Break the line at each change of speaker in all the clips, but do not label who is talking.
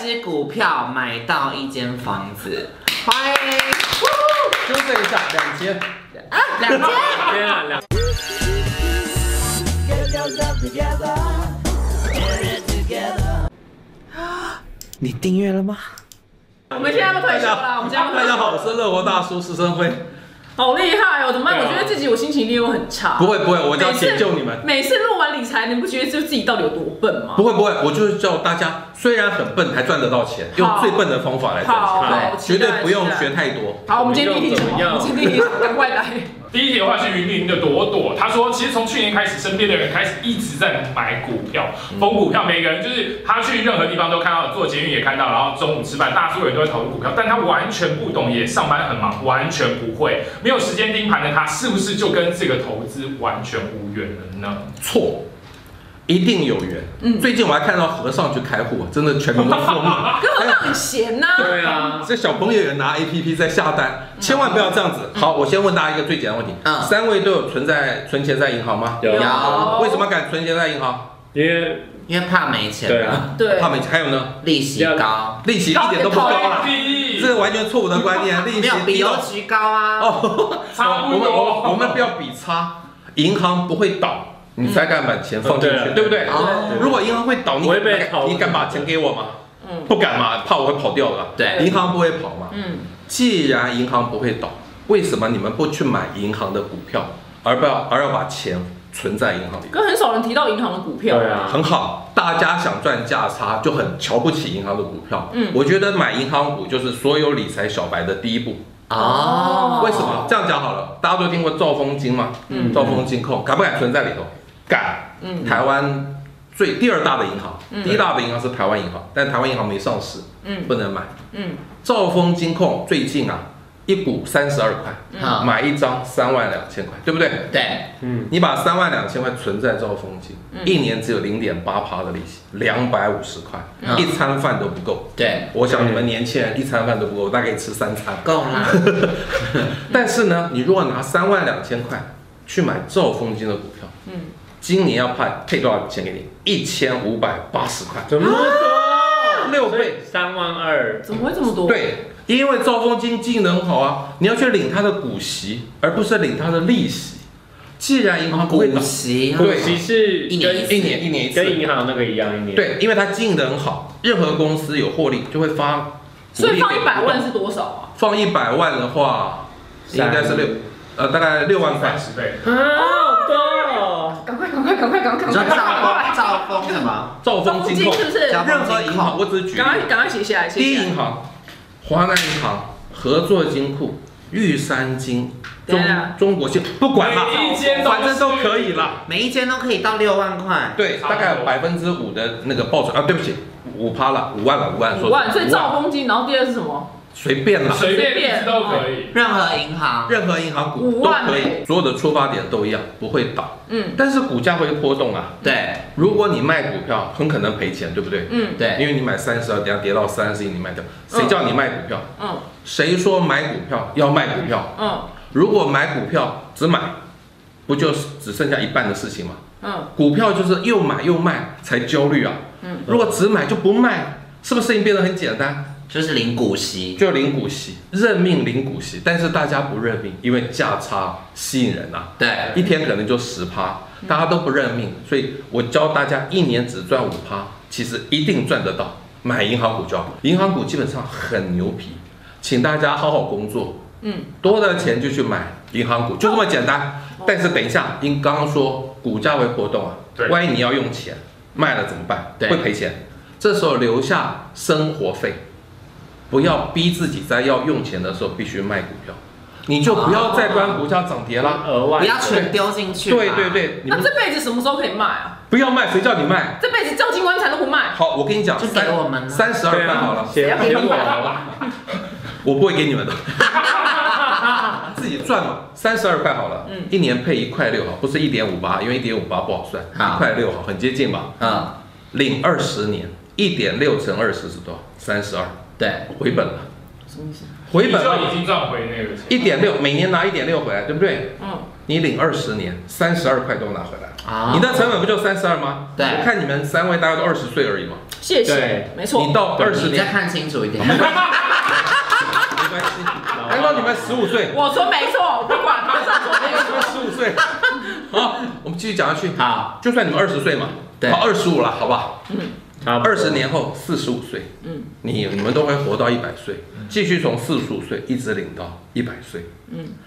只股票买到一间房子，欢迎！
纠正一下，两千。
两间
天啊，两。
你订阅了吗？
我们现在都退休了，我们现在都
大
退休
家
了
好，我是乐活大叔施生辉。
好厉害哦！怎么办？
对
我
啊
觉得自己我心情一定又很差。
不会不会，我就要
每次
解救你们。
每次录完理财，你不觉得就自己到底有多笨吗？
不会不会，我就是叫大家，虽然很笨，还赚得到钱，用最笨的方法来
好
赚
好
钱，绝
期待
对不用
期待
学太多。
好，我们今天第一题是什
我们
么？
要
我们今天第一题赶快 来。
第一题的话是云林的朵朵，她说其实从去年开始，身边的人开始一直在买股票，
嗯
疯股票，每个人就是他去任何地方都看到，坐捷运也看到，然后中午吃饭，大多数人都在讨论股票，但他完全不懂，也上班很忙，完全不会，没有时间盯盘的他，是不是就跟这个投资完全无缘了呢？
错，一定有缘。
嗯
最近我还看到和尚去开户，真的全民都疯了。还有
很闲呐、
对啊，
这小朋友也拿 A P P 在下单，千万不要这样子。好，我先问大家一个最简单的问题：
嗯
三位都有存在存钱在银行吗？
有
为什么敢存钱在银行？
因为
因为怕没钱
对
了，
啊，
对
怕没钱。还有呢，
利息高，
利息一点都不高啦，
第
这是完全错误的观念。利
哦没
息
有比
低
邮
到
局高啊。
哦，
差不
我们我
多，
们我们不要比差，银行不会倒，你才敢把钱放进
嗯对
去，
啊
对不对？
哦
如果银行会倒，你
我会被套
你敢把钱给我吗？
嗯
不敢嘛，怕我会跑掉的。
对
银行不会跑嘛。
嗯，
既然银行不会倒，为什么你们不去买银行的股票，而不要而要把钱存在银行里？
跟很少人提到银行的股票。
对啊，
很好，大家想赚价差就很瞧不起银行的股票。
嗯
我觉得买银行股就是所有理财小白的第一步。
哦，
为什么？这样讲好了？大家都听过兆丰金吗？
嗯
兆丰金控敢不敢存在里头？敢。
嗯
台湾最第二大的银行，
嗯
第一大的银行是台湾银行，但台湾银行没上市，
嗯
不能买。
嗯，
兆丰金控最近啊，一股三十二块，
好，
买一张三万两千块，对不对？
嗯对，
嗯，
你把三万两千块存在兆丰金，
嗯
一年只有零点八趴的利息，两百五十块，
嗯
一餐饭都不够。
对，
我想你们年轻人一餐饭都不够，大概吃三餐。
够啦。
但是呢，你如果拿三万两千块去买兆丰金的股票，
嗯
今年要派配多少钱给你？一千五百八十块，
怎么
啊
多？
六倍。
三万二，
怎么会这么多？，
对，因为兆丰金技能好啊，你要去领它的股息，而不是领它的利息。既然银行不会
啊股
倒，
息，
对
其实
一年
跟
一年一年一
跟
次，
银行那个一样，一年，
对，因为它经营的很好，任何公司有获利就会发股
所以
利给股
放一
东。
百万是多少啊？
放一百万的话，应该是六，呃，大概六万块
三。十倍，
啊，好多哦，
赶快赶快赶快赶快
你
赶快
说
赶快！
兆兆丰什么？
兆丰金控
兆丰金是不是兆
任何银行，我只是举例
赶快赶快写下来，写
第一
下
银
来。
行、华南银行、合作金库、玉山金、
对
中
啊
中国信，不管了，
每一间都
反正都可
以。
以啦。
每一间都可以到六万块。
对，
差不多
大概有百分之五的那个报酬啊，对不起，五趴了，五万了，五万，说
五万，所以
五万
兆丰金，然后第二是什么？
随便啦，
随
随便
便一直都可以。
任何银行，
任何银行股
五
都
万
可
欸
以，所有的出发点都一样，不会倒，
嗯
但是股价会波动啊。
对
如果你卖股票，很可能赔钱，对不对？
嗯
对，
因为你买三十二，等下跌到三十一，你卖掉，谁叫你卖股票？
嗯
谁说买股票要卖股票？
嗯
如果买股票只买，不就是只剩下一半的事情吗？
嗯，
股票就是又买又卖才焦虑啊。
嗯
如果只买就不卖，是不是事情变得很简单？
就是零股息。
就领股息，认命领股息，但是大家不认命，因为价差吸引人啊，
对，
一天可能就十趴，大家都不认命，所以我教大家一年只赚五趴，其实一定赚得到。买银行股就好，银行股基本上很牛皮，请大家好好工作，
嗯，
多的钱就去买银行股，就这么简单
哦。
但是等一下，因刚刚说股价会波动啊，
对
万一你要用钱卖了怎么办？
对
会赔钱。这时候留下生活费，不要逼自己在要用钱的时候必须卖股票，你就不要
哦
再关股价涨跌啦。
额外
不要全丢进去。
对对。对，啊你
那
们
这辈子什么时候可以卖啊？
不要卖，谁叫你卖？
这辈子照进棺材都不卖，
好，我跟你讲，
就给我们啊
三十二
对
块
啊，
好了，
谁
写写
要给你
我
买
啊，
我不会给你们的， 自己赚嘛，三十二块好了，
嗯
一年配一块六好，不是一点五八，因为一点五八不好算，
好
一块六好，很接近吧？
嗯，
领二十年，一点六乘二十是多少？三十二，
对，
回本了，
什么意思？
回本
你就
了，
已经赚回那 个钱。
一点六，每年拿一点六回来，对不对？
嗯，
你领二十年，三十二块都拿回来了，
啊
你的成本不就三十二吗？
对
我看你们三位大概都二十岁而已嘛，
谢谢
对，
没错
你。到二十
你再
年
看清楚一点。
哦没关系，还到哎你们十五岁，
我说没错，我不管，马上说没
你们
错。
十五岁，好，我们继续讲下去。
好，
就算你们二十岁嘛，
对
二十五了，好不好？
差不多
二十，年后四十五岁，
嗯
你你们都会活到一百岁，继续从四十五岁一直领到一百岁，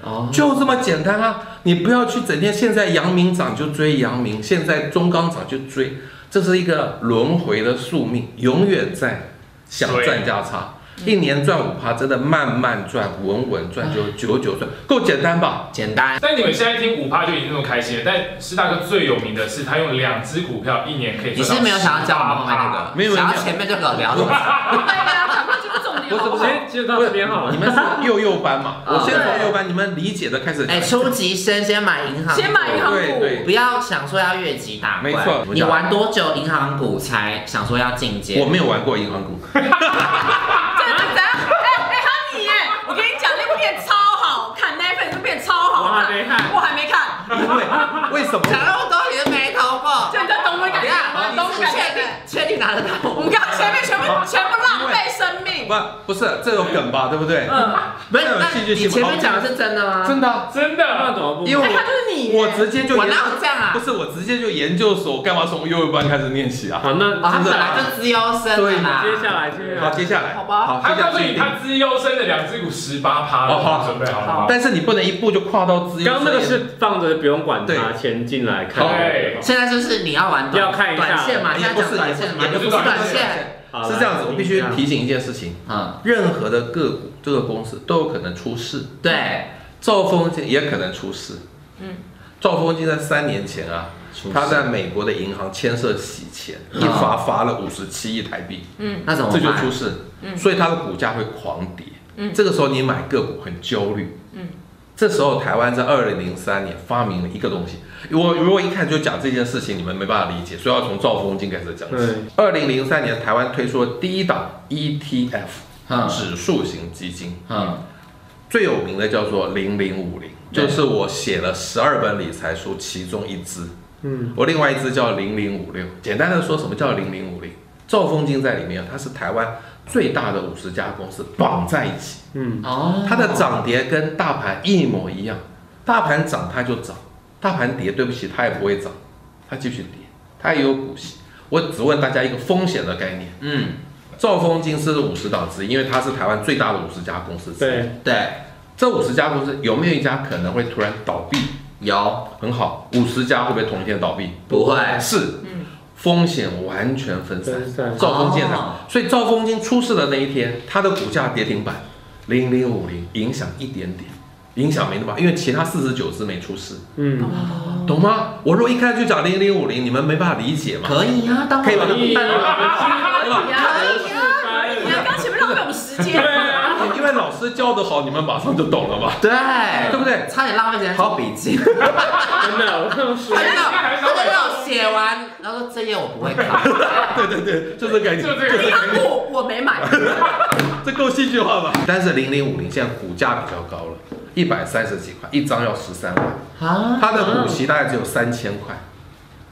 哦，
就这么简单啊！你不要去整天现在阳明涨就追阳明，现在中钢涨就追，这是一个轮回的宿命，永远在想赚价差。一年赚五趴，真的慢慢赚，稳稳赚，就久久赚，够简单吧？
简单。
但你们现在听五趴就已经那么开心了，但施大哥最有名的是他用两只股票一年可以
你
赚到
是没有想要教我们后面那个，
18%
没有没有
想要前面就给我聊了。
对啊，赶快进入重点好不好？
先哎就 到这边好
你
了。
们是幼幼班嘛？
哦
我先从幼幼班，你们理解的开始。
哎，初级生先买银行，
先买银行
对对
股。
不要想说要越级打怪。
没错
你玩多久银行股才想说要进阶？
我没有玩过银行股，
真的真的，哎哎，哈尼耶！我跟你讲，那部片超好看，那部片变超好看。
我还没看
我还没看。
因为为什么？
讲那么多，你的眉头不？
就你在懂我感
等一
觉吗，
下，
懂我
你
感
是
觉
确定确定拿得到
我
吗？
们刚刚前面全部全部浪费生命。
不不是这有梗吧？对不对？
嗯，
不是，那
戏剧
你
性
前面
好
讲的是真的吗？
真的啊，
真
那
的，
怎么不？
因
哎，
为
他就是你耶。
我直接就
我
研
哪有这样
不
啊？
是我直接就研究所，干嘛从幼幼班开始念起啊？
好，那
哦，他
真的
本来就资优生了啦。
接下来接下
好，
来，
接下来，
好吧
好，
他
接下
告诉
来
你
继续
他资优生的两只股十八趴
哦好
了，准备好了吗？
但是你不能一步就跨到资优生。
刚刚那个是放着不用管它，
对
钱进来看。
对，
现在就是你要玩短
要看一下
短线嘛，
也
现在
不
讲
是
短线嘛，
也不
是
不是
短
短
线
线，
好
是这样子，我必须提醒一件事情：
嗯，
任何的个股、这个公司都有可能出事，
对，
兆丰金也可能出事。
嗯，
兆丰金在三年前啊，他在美国的银行牵涉洗钱，
嗯
一罚罚了五十七亿台币，
那怎么
这就
办
出事，所以它的股价会狂跌。
嗯
这个时候你买个股很焦虑。
嗯
这时候台湾在二零零三年发明了一个东西，我如果一看就讲这件事情，你们没办法理解，所以要从兆丰金开始讲起
对。
二零零三年台湾推出了第一档 ETF
嗯
指数型基金，
嗯
最有名的叫做零零五零，
对
就是我写了十二本理财书其中一支。
嗯，
我另外一只叫零零五六。简单的说，什么叫零零五零？兆丰金在里面，它是台湾最大的五十家公司绑在一起，
嗯，
哦，
它的涨跌跟大盘一模一样，大盘涨它就涨，大盘跌对不起它也不会涨，它继续跌，它也有股息。我只问大家一个风险的概念，
嗯
兆丰金是五十档之一，因为它是台湾最大的五十家公司之一。
对，
对
这五十家公司有没有一家可能会突然倒闭？
有
很好，五十家会不会同一天倒闭？
不会
是，
嗯
风险完全分散。
分散
兆丰建
哦
厂，所以兆丰金出事的那一天，它的股价跌停板零零五零，影响一点点，影响没那么大，因为其他四十九只没出事，
嗯，
懂吗？我如果一开始就讲零零五零，你们没办法理解嘛？
可以啊，当
可以吧
然
可以，哎
可以啊，可以啊，可以啊，刚前面浪费我们时间。
因为老师教的好，你们马上就懂了嘛。
对
对不对
差点浪费时间做笔记，
真的，我刚刚说
他就让
还
他
是
就让我写完，然后说这页我不会 看，
对对对，就这个概
就
念。
这
银
个。
行股哎我没买，
这够戏剧化吧？但是零零五零现在股价比较高了，一百三十几块，一张要十三万，
啊，
它的股息大概只有三千块，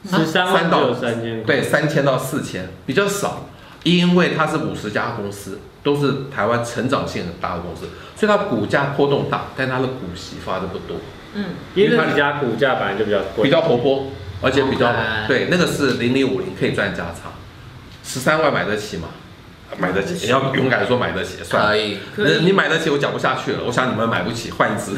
十三万
三
只
到
有三千，，
对，三千到四千比较少，因为它是五十家公司，都是台湾成长性很大的公司，所以它股价波动大，但它的股息发的不多，
嗯，
因为那几家股价本来就比较贵，
比较活泼，而且比较
OK
对，那个是零零五零可以赚价差，十三万买得起吗？买得起，你要勇敢说买得起，算了
可。以，
可以
你你买得起，我讲不下去了。我想你们买不起，换一只。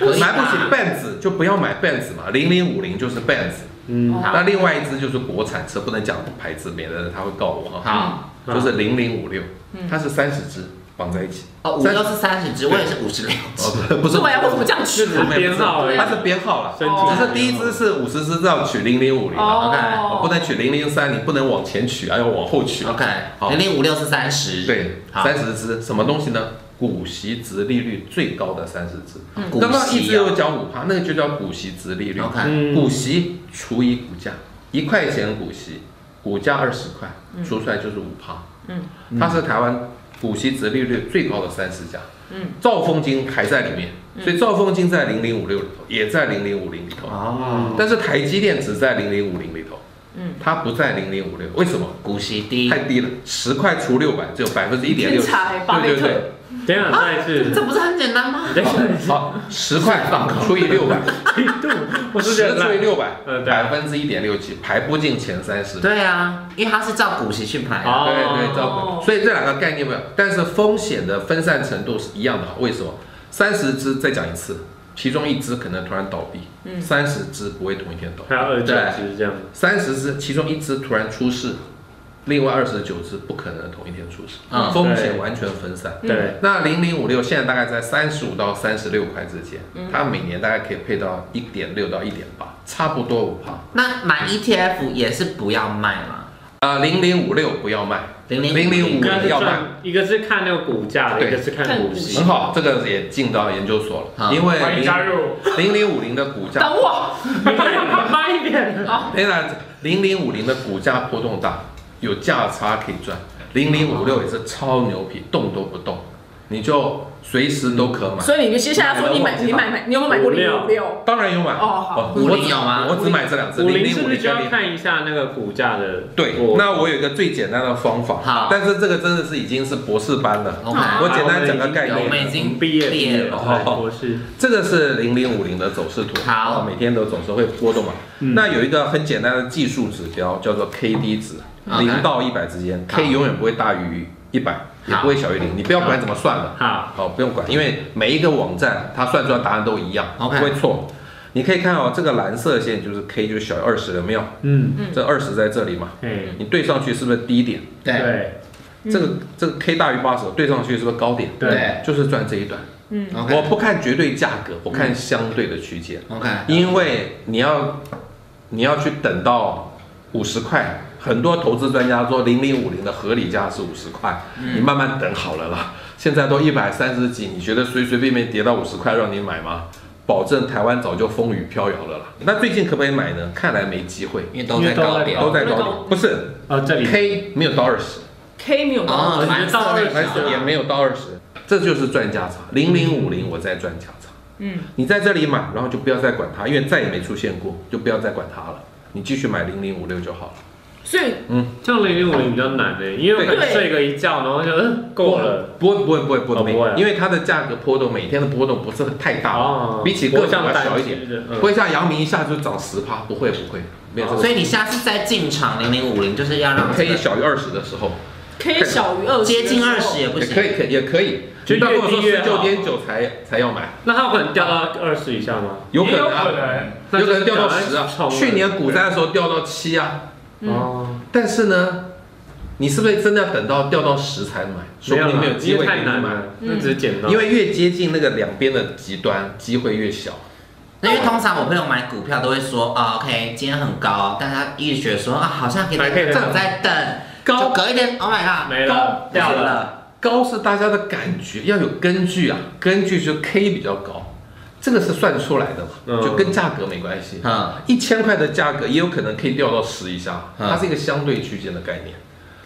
可以吧
买不起 Benz 就不要买 Benz 嘛，零零五零就是 Benz。
嗯，
好
那另外一只就是国产车，不能讲牌子，免得他会告我哈。
好，
就是零零五六
嗯，
它是三十只绑在一起。
哦，五
三
六是三十只，我也是五十六只，
哦，不
不
是
是，我要为什么这样取
就只是
啊？
编号而已，
它是编号了。
申
哦
请，
只是第一只是五十只，这样取零零五零啊，
哦
不能取零零三，你不能往前取，还要往后取。
OK，
好
零零五六是三十，
对，
好
三十只什么东西呢？股息值利率最高的三十只。
嗯
刚刚
股息
一直有讲五趴，那个就叫股息值利率。
，OK，
嗯
股息除以股价，一块钱股息，股价二十块，除出来就是五趴。
嗯
它是台湾股息值利率最高的三十家，
嗯，
兆丰金还在里面，所以兆丰金在零零五六里头，也在零零五零里头，
哦，
但是台积电只在零零五零里头，
嗯，
它不在零零五六，为什么？
股息低
太，低了，十块除六百，只有百分之一点
天
六，
才巴菲
对对
特
对，
等一下再一
啊
次，
这不是很简单吗？
等一下再一次，
好，十块除以六百，
一度我是觉
十
得
除以
烂
六百，呃
嗯对
百分之一点六七，排不进前三十。
对啊，因为它是照股息去排啊。
哦
对对，照
哦
顾。所以这两个概念没有，但是风险的分散程度是一样的好。为什么？三十只再讲一次，其中一只可能突然倒
嗯
闭，三十只不会同一天倒
还有二
闭，
九
对，
十这样，
三十只其中一只突然出事，另外二十九只不可能同一天出事，
嗯
风险完全分散。
啊对，
那零零五六现在大概在三十五到三十六块之间，
嗯
它每年大概可以配到一点六到一点八，差不多五趴。
那买 ETF 也是不要卖嘛，
啊，零零五六不要卖，零
0056
零五
一个是
零要卖。
赚，一个是看那个股价的，
对嗯
一个是看股息
很。好，这个也进到研究所
好
了，因为
欢迎加
零
入。
零零五零的股
等
价，
我，
慢一点，
当然零零五零的股价波动大，有价差可以赚，零零五六也是超牛皮，动都不动，你就随时都可买。
所以你们接下来说你买，你买买，你有没有买过
五六
零五六？
当然有买
哦好
我
50有吗
我只买这两只，
五
零
零是
零五
不是
零
就要
跟零。
看一下那个股价的波
对
动？，
那我有一个最简单的方法，
好
但是这个真的是已经是博士班了。
OK
我简单讲个概
我们
念，
已经
毕业
毕业了
对博士，
这个是零零五零的走势图，
好
啊每天都总是会波动嘛。
嗯
那有一个很简单的技术指标叫做 K D 值，
OK
零到一百之间
好
，K 永远不会大于一百，也
好
不会小于零，你不要管怎么算了，
好，
好，不用管，因为每一个网站它算出来答案都一样，不
OK
会错。你可以看哦，这个蓝色线就是 K 就是小于二十，有没有？
嗯，
嗯
这二十在这里嘛，
哎，
你对上去是不是低点？
对嗯
这个这个 K 大于八十，对上去是不是高点？
对
对
就是赚这一段。
嗯，
，OK
我不看绝对价格，我看相对的区间。
OK，
因为你要你要去等到五十块，很多投资专家说零零五零的合理价是五十块，你慢慢等好了啦。现在都一百三十几，你觉得随随便便跌到五十块让你买吗？保证台湾早就风雨飘摇了啦。那最近可不可以买呢？看来没机会，
因为都在高点哦
都
因为
在高
那
点
个，
不是
哦，这里
K 没有到二十，
K 没有
啊
吗？
我觉得到二
还
十
是也没哦有到二十，这就是赚价差。零零五零我在赚价差。
嗯，
你在这里买，然后就不要再管它，因为再也没出现过，就不要再管它了。你继续买零零五六就好了。
所以
这样零零五零比较难呢，因为我可能
对
睡个一觉，然后就嗯够了。
不会，不会，不会，不
哦
会，
不会啊
因为它的价格波动，每天的波动不是很太大，
哦
比起
不
各
会
种
像
要
单
小一
只
点，
的嗯
不会像阳明一下就涨十趴，不会，不会，没有这个。
所以你下次再进场零零五零，就是要让
可
这个
以小于二十的时候，
K 小于二十，
接近二十也不
也
行，
可以，可以也可以。
就
你不要跟我说
越
十
低越
九
好
点九才才要买，
那它有可能掉到二十以下吗？
有可
也有
能
可
啊，
能，
那
有
就
可
是
能掉到
赶快
十
冲
啊。
了
去年股灾的时候掉到七啊，
嗯
哦，
但是呢，你是不是真的要等到掉到十才买？说不定没有机会
因为
给
太
你
难
买，
了，那只是捡到。
因为越接近那个两边的极端，机会越小。
因为通常我朋友买股票都会说啊、o k 今天很高，但他一直觉得说啊，好像可以
还可以
再
再
等再等，
高
就隔一天，Oh my god，
没了
高
掉了
了，
高是大家的感觉，要有根据啊，根据就 K 比较高，这个是算出来的嘛，
嗯
就跟价格没关系。
嗯，
一千块的价格也有可能可以掉到十以下，
嗯
它是一个相对区间的概念，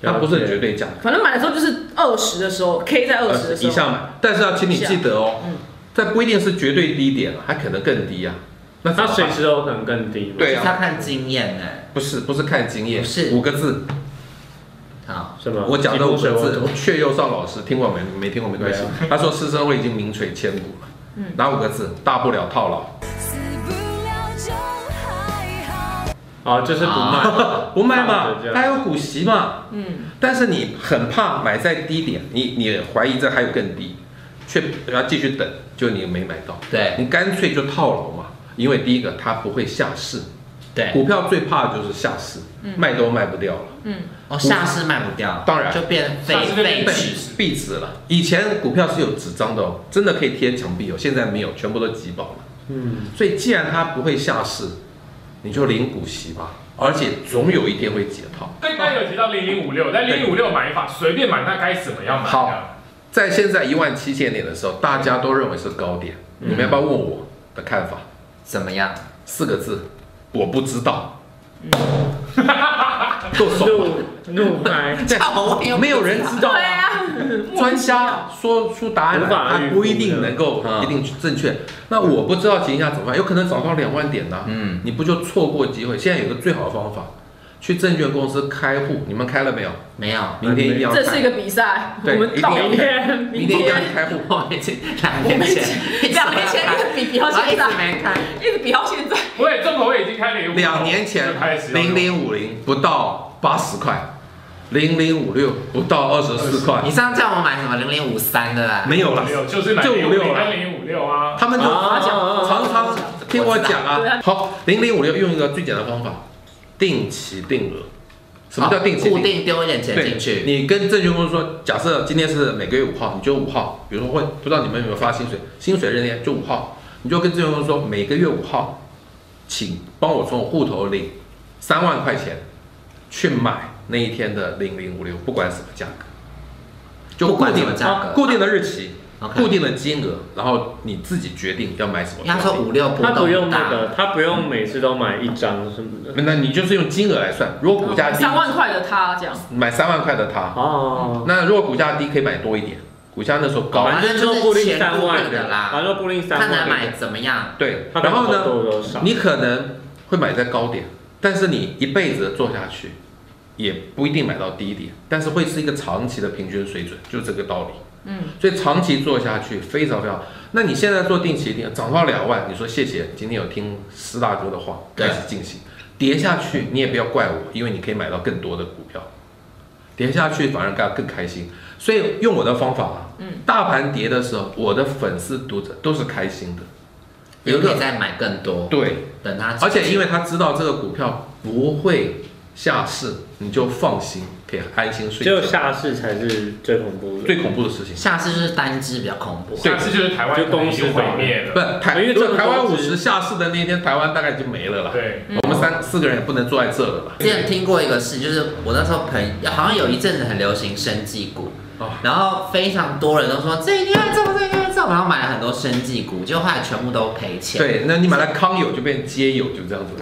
它
了解
不是绝对价格。呃
反正买的时候就是二十的时候，K 在二十的时
以
候，
上买，但是要请你记得哦
嗯，
在不一定是绝对低点啊，还可能更低啊。那怎
它
么办
随时都有可能更低。
对
就是要
啊，
看经验呢、
不是不是看经验，
不是
五个字，
好，
是吗？
我讲的五
水
个
汪
字
东，
却又上老师听过没？没听过没关系。他说师生会已经名垂千古了，哪五个字？大不了套牢，
死不了就还好。
哦，就是不卖，
不卖嘛
放着这，样
它有股息嘛。
嗯，
但是你很怕买在低点，你你怀疑这还有更低，却要继续等，就你没买到，
对
哎你干脆就套牢嘛。因为第一个它不会下市，
对，
股票最怕的就是下市，卖都卖不掉了。
哦，下市卖不掉，
当然
就变废
下市就
废
变
被
纸，
壁纸了。以前股票是有纸张的哦，真的可以贴墙壁哦，现在没有，全部都挤爆了。
嗯，
所以既然它不会下市，你就领股息吧，而且总有一天会解套。
对，刚刚有提到零零五六，但零零五六买法随便买，那该怎么样买？
好，在现在一万七千点的时候，大家都认为是高点，
嗯
你们要不要问我的看法？
怎么样？
四个字，我不知 道。够爽吧。
怒怒拍，
对
我也不知道
没有人知道
对
啊。
啊，
专家说出答案来，
啊无法
他
预
不一
估的啊
定能够
嗯
一定正确。那我不知道情况下怎么办，有可能找到两万点呢、
嗯，
你不就错过机会？现在有个最好的方法，去证券公司开户，你们开了没有？
没有，
明天一定要开，
这是一个比赛，
对
我们到
一
明
定要
天，
明
明
天一定要
天，
开 户。
我已经两
我
年
们
前，
两年前一直比比到
然后一
现
直
在，
没开，
一直比到现在，
不会，郑口味已经开了一个户头
两年前
就开始要
零
用
零五零不到八十块，零零五六不到二十四块
你，上次叫我买什么零零五三的啦？
没有了
没。有，就是买
就五六了
跟零五六啊，
他们就
啊
常常听我讲
对
啊
啊。
好，零零五六用一个最简单的方法，定期定额。什么叫定期
啊固
定额？
定丢一点钱
对
进去，
你跟证券公司说，假设今天是每个月五号，你就五号，比如说会不知道你们有没有发薪水，薪水那天就五号，你就跟证券公司说，每个月五号，请帮我从我户头领三万块钱，去买那一天的零零五六，不管什么价格，就
不
固
管什
定
么
的
价格。
固定的日期，
OK
固定的金额，然后你自己决定要买什么
因为
标
他
的。
说五六波
他不
动
用那
大，
个，他不用每次都买一张什么的。
那你就是用金额来算，如果股价低，
三万块的他这样，
买三万块的它，
哦，
那如果股价低可以买多一点，股价那时候高，
反正就固定三万
的
反
啦，
正固定三
看
万
能，买怎么样。
对，
他
然后呢，
多多少？
你可能会买在高点，但是你一辈子做下去，也不一定买到低点，但是会是一个长期的平均水准，就这个道理。
嗯，
所以长期做下去非常非常好。那你现在做定期定涨到两万，你说谢谢，今天有听施大哥的话，
对
开始进行。跌下去你也不要怪我，因为你可以买到更多的股票。跌下去反而更更开心，所以用我的方法啊，
嗯，
大盘跌的时候，我的粉丝读者都是开心的。
也可以再买更多，
对，
等它。
而且因为他知道这个股票不会下市，你就放心，可以安心睡
只有
觉。
下市才是最恐怖的，
最恐怖的事情，
下次就是单只比较恐怖，
下次就是台湾
就公司
已经毁灭
不
了，
是台，
因为
如果
这个
台湾
公
五
司
十下市的那天，台湾大概就没了啦。
对，
我们三四个人也不能坐在这了啦。
之前听过一个事，就是我那时候朋友好像有一阵子很流行生技股，
哦
然后非常多人都说这一定要中，这一定要中，然后买了很多生技股，结果后来全部都赔钱。，
对，那你买了康友就变街友，就这样子。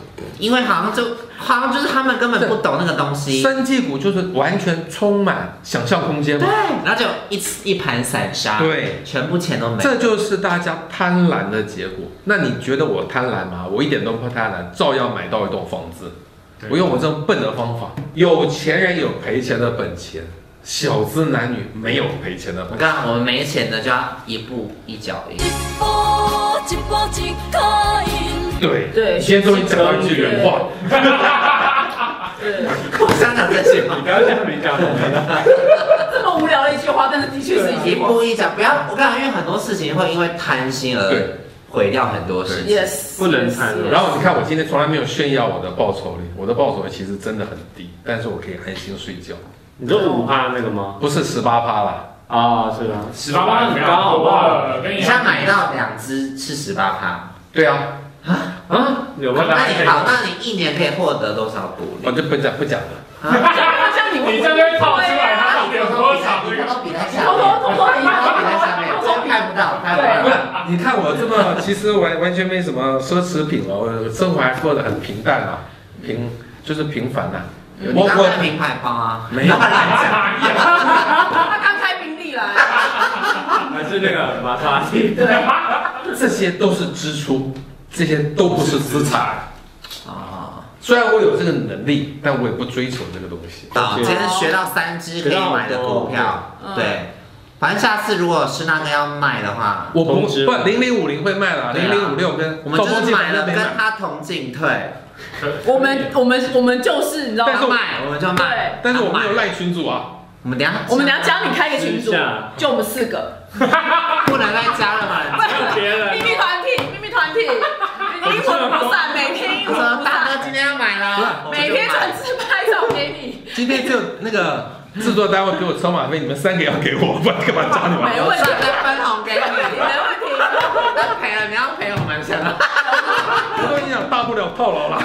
因为好像就好像就是他们根本不懂那个东西，对，
生技股就是完全充满想象空间嘛。
然后就一次一盘散沙，，
对，
全部钱都没。
这就是大家贪婪的结果。那你觉得我贪婪吗？我一点都不贪婪，照样买到一栋房子。
对
我用我这种笨的方法，有钱人有赔钱的本钱，小资男女没有赔钱的
我
本钱。
告诉你我们没钱的就要一步一脚印，
波一波一块银，
对
对
今天终于讲到一句人话，
对，
我想讲这些话。
你不要讲没讲，
这么无聊的一句话，但是的确是
一
一步
步一脚，不要我跟你讲，因为很多事情会因为贪心而
对
毁掉很多事情。
，yes，
不能谈了
然后你看，我今天从来没有炫耀我的报酬率，我的报酬率其实真的很低，但是我可以安心睡觉，
你说五趴那个吗？
不是十八趴啦，
啊，是吧？
十八万
很
很
高，好
高
不好？
了，跟
你
你
现在买到两只是十八趴，
对啊，
啊，有
可
吗？
那
能
你好，那你一年可以获得多少股
我
利？
就不讲不讲了。
这样你会
你这边套
啊
出
对
来，
啊
他到底有多少？
你偷偷比他下
偷偷偷
面，
偷比
你偷偷比他下面，
偷
这样
偷
看不到，看不
不是
到。，
你看我这么，其实完完全没什么奢侈品哦，我生活还过得很平淡啊，平就是平凡啊呐、
你
我
刚才
我
名牌包啊，
没有
乱讲。
他刚开宾利来，
还是那个玛莎拉蒂？
这些都是支出，这些都不是资产。
哦，
啊虽然我有这个能力，但我也不追求这个东西。
好，今天哦学到三只可以买的股票，
嗯
对。反正下次如果是那个要卖的话，
我不
通知
不零零五零会卖啦，
对
零
啊
零五六跟
我们就是买了
没
跟
买，
他同进退，
我们我们我们就是你知道
但是
吗？
我
卖我们就卖。
但是我
他
们
买
有赖群主啊。
我们等一下
我们等一下教你开一个群组
私下，
就我们四个，
不能再加了嘛。
别人
秘密团体，秘密团体，你英文不散，每天英
我
文
说
不
大
散，
哥今天要买了，
每天传 自拍照给 你，
今天就那个制作单位给我车马费，你们三个要给我，不然干嘛找你
没
们？
我
问题，
算再分红给
没
你，
问题。
那赔了你要赔我们钱了。
我都已经讲大不了套牢了。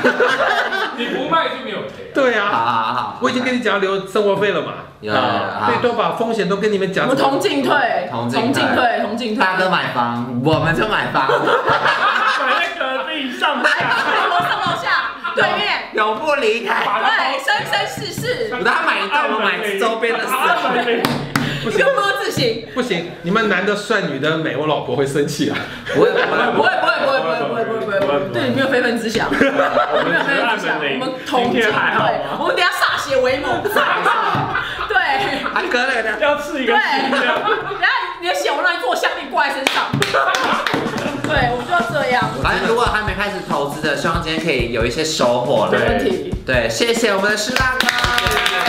你不卖就没有赔。啊
对啊呀、
好好好，
我已经跟你讲留生活费了嘛，
有有有好
对，都把风险都跟你们
啊我
讲。
们同进退，
同进退
同进退，同进退。
大哥买房，我们就买 房，
买在隔壁上下。
楼上楼下，对面，
永不离开。
对，生生世世。
我他买一栋，我买周边的事。
啊，买
不
一
行
个么字形，
不行，你们男的帅，女的美，我老婆会生气啊！
不会不
不会
会，
不会不会不会不会不会不会，对你没有非分之想，我没有非分之想，我们同
今
情，
天还好
对
吗，
我们等一下歃血为盟，对。
啊哥那个的，
要吃一
对，
个
然
新疆。
后你的血我让你做项链挂在身上，对，我们就要这样，
反正如果还没开始投资的，希望今天可以有一些收获
对
了。
没问题。
对，谢谢我们的师大哥。